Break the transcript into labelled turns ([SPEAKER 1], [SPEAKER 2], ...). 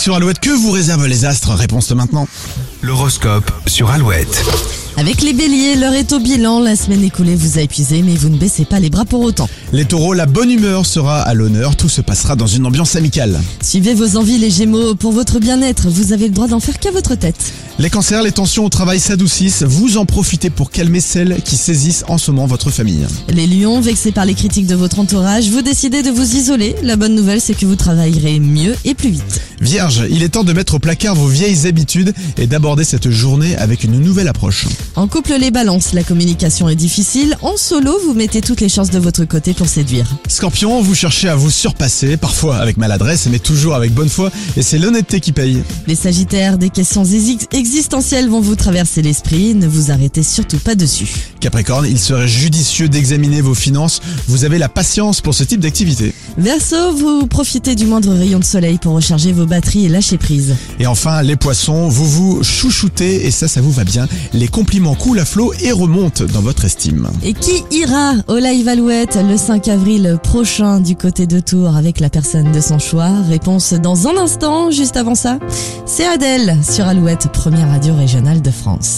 [SPEAKER 1] sur Alouette. Que vous réservent les astres Réponse maintenant.
[SPEAKER 2] L'horoscope sur Alouette.
[SPEAKER 3] Avec les béliers, l'heure est au bilan, la semaine écoulée vous a épuisé, mais vous ne baissez pas les bras pour autant.
[SPEAKER 1] Les taureaux, la bonne humeur sera à l'honneur. Tout se passera dans une ambiance amicale.
[SPEAKER 3] Suivez vos envies les gémeaux, pour votre bien-être, vous avez le droit d'en faire qu'à votre tête.
[SPEAKER 1] Les cancers, les tensions au travail s'adoucissent. Vous en profitez pour calmer celles qui saisissent en ce moment votre famille.
[SPEAKER 3] Les lions, vexés par les critiques de votre entourage, vous décidez de vous isoler, la bonne nouvelle c'est que vous travaillerez mieux et plus vite.
[SPEAKER 1] Vierge, il est temps de mettre au placard vos vieilles habitudes et d'aborder cette journée avec une nouvelle approche.
[SPEAKER 3] En couple les balances, la communication est difficile, en solo vous mettez toutes les chances de votre côté pour séduire.
[SPEAKER 1] Scorpion, vous cherchez à vous surpasser, parfois avec maladresse, mais toujours avec bonne foi, et c'est l'honnêteté qui paye.
[SPEAKER 3] Les sagittaires, des questions exi- existentielles vont vous traverser l'esprit, ne vous arrêtez surtout pas dessus.
[SPEAKER 1] Capricorne, il serait judicieux d'examiner vos finances. Vous avez la patience pour ce type d'activité.
[SPEAKER 3] Verseau, vous profitez du moindre rayon de soleil pour recharger vos batteries et lâcher prise.
[SPEAKER 1] Et enfin, les poissons, vous vous chouchoutez, et ça, ça vous va bien. Les compliments coulent à flot et remontent dans votre estime.
[SPEAKER 3] Et qui ira au Live Alouette le 5 avril prochain du côté de Tours avec la personne de son choix Réponse dans un instant, juste avant ça. C'est Adèle sur Alouette, première radio régionale de France.